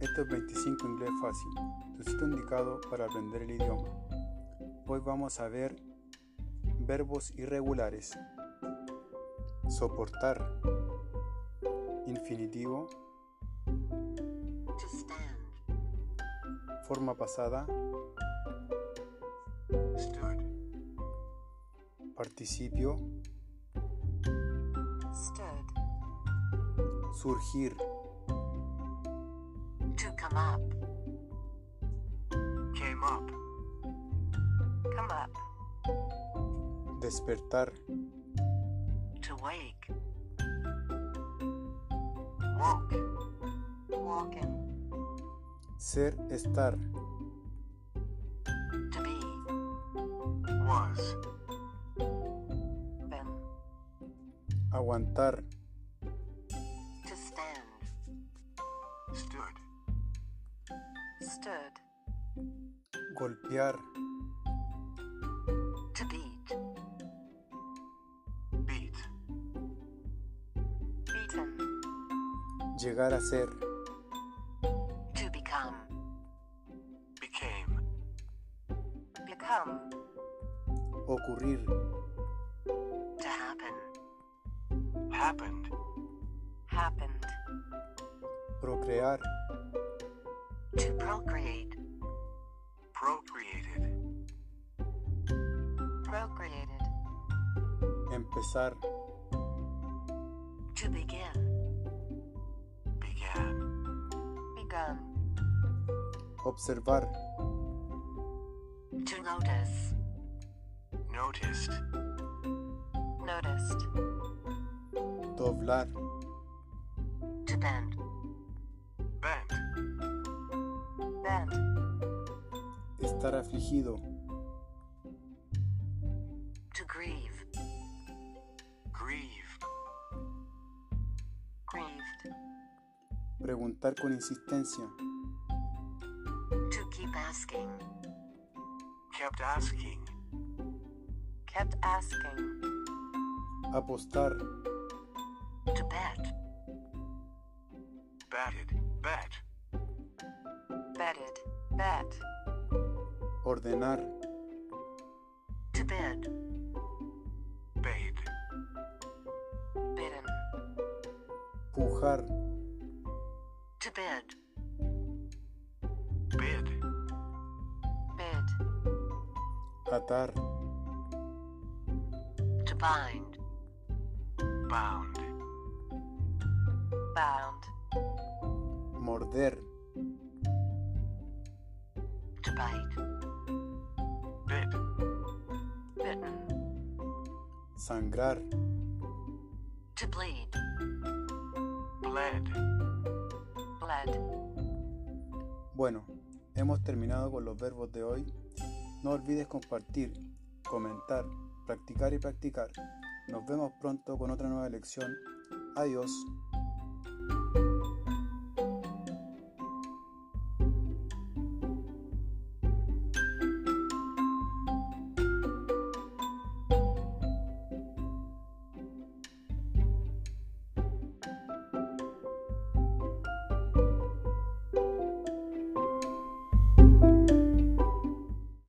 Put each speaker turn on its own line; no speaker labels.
225 Inglés Fácil, tu sitio indicado para aprender el idioma. Hoy vamos a ver verbos irregulares. Soportar. Infinitivo.
to stand,
Forma pasada.
stood,
Participio.
stood,
Surgir.
to come up,
came up,
come up,
Despertar.
to wake,
woke,
walking,
Ser. Estar.
to be,
was,
been,
Aguantar.
to stand,
stood,
stood,
Golpear.
to beat,
beat,
beaten,
Llegar a ser.
to become,
became,
become,
Ocurrir.
to happen,
happened,
happened,
Procrear.
to procreate,
procreated,
procreated,
Empezar.
to begin,
began,
begun,
Observar.
to notice,
noticed,
noticed,
Doblar.
to bend,
bent,
bend,
Estar afligido.
to grieve,
grieved,
grieved.
Preguntar con insistencia.
To keep asking,
kept asking,
kept asking,
Apostar.
to bet,
batted, bet,
betted, bet,
Ordenar.
to bid,
bade,
bidden,
Pujar.
to bid,
bid,
bid,
Atar.
to bind,
bound,
bound,
Morder.
to bite,
bit,
bitten,
Sangrar.
to bleed,
bled,
bled.
Bueno, hemos terminado con los verbos de hoy. No olvides compartir, comentar, practicar y practicar. Nos vemos pronto con otra nueva lección. Adiós.